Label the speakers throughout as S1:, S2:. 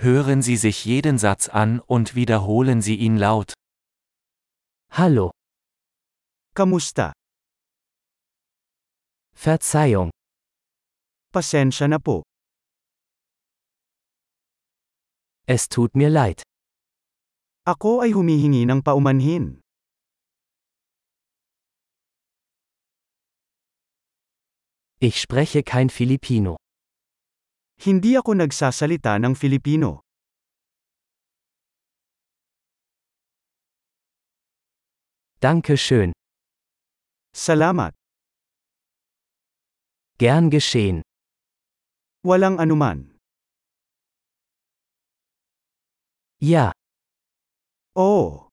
S1: Hören Sie sich jeden Satz an und wiederholen Sie ihn laut. Hallo,
S2: Kamusta?
S1: Verzeihung,
S2: Pasensya na po.
S1: es tut mir leid.
S2: Ako ay humihingi ng paumanhin.
S1: Ich spreche kein Filipino.
S2: Hindi ako nagsasalita ng Filipino.
S1: Danke schön.
S2: Salamat.
S1: Gern geschehen.
S2: Walang anuman.
S1: Ja,
S2: Oo.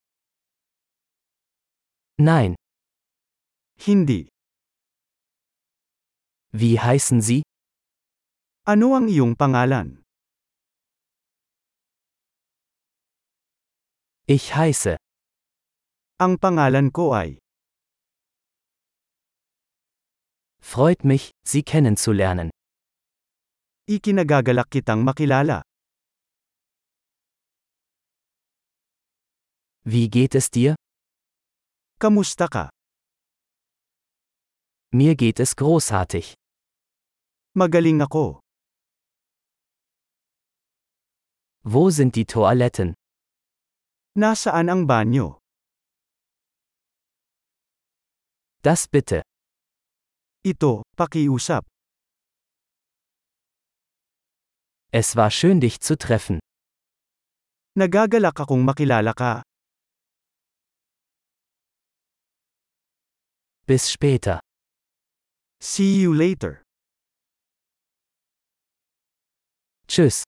S1: nein.
S2: Hindi.
S1: Wie heißen Sie?
S2: Ano ang iyong pangalan?
S1: Ich heiße.
S2: Ang pangalan ko ay.
S1: Freut mich, Sie kennenzulernen.
S2: Ikinagagalak kitang makilala.
S1: Wie geht es dir?
S2: Kamusta ka?
S1: Mir geht es großartig.
S2: Magaling ako.
S1: Wo sind die Toiletten?
S2: Nasaan ang banyo?
S1: Das bitte.
S2: Ito, pakiusap.
S1: Es war schön, dich zu treffen.
S2: Nagagalak akong makilala ka.
S1: Bis später.
S2: See you later.
S1: Tschüss.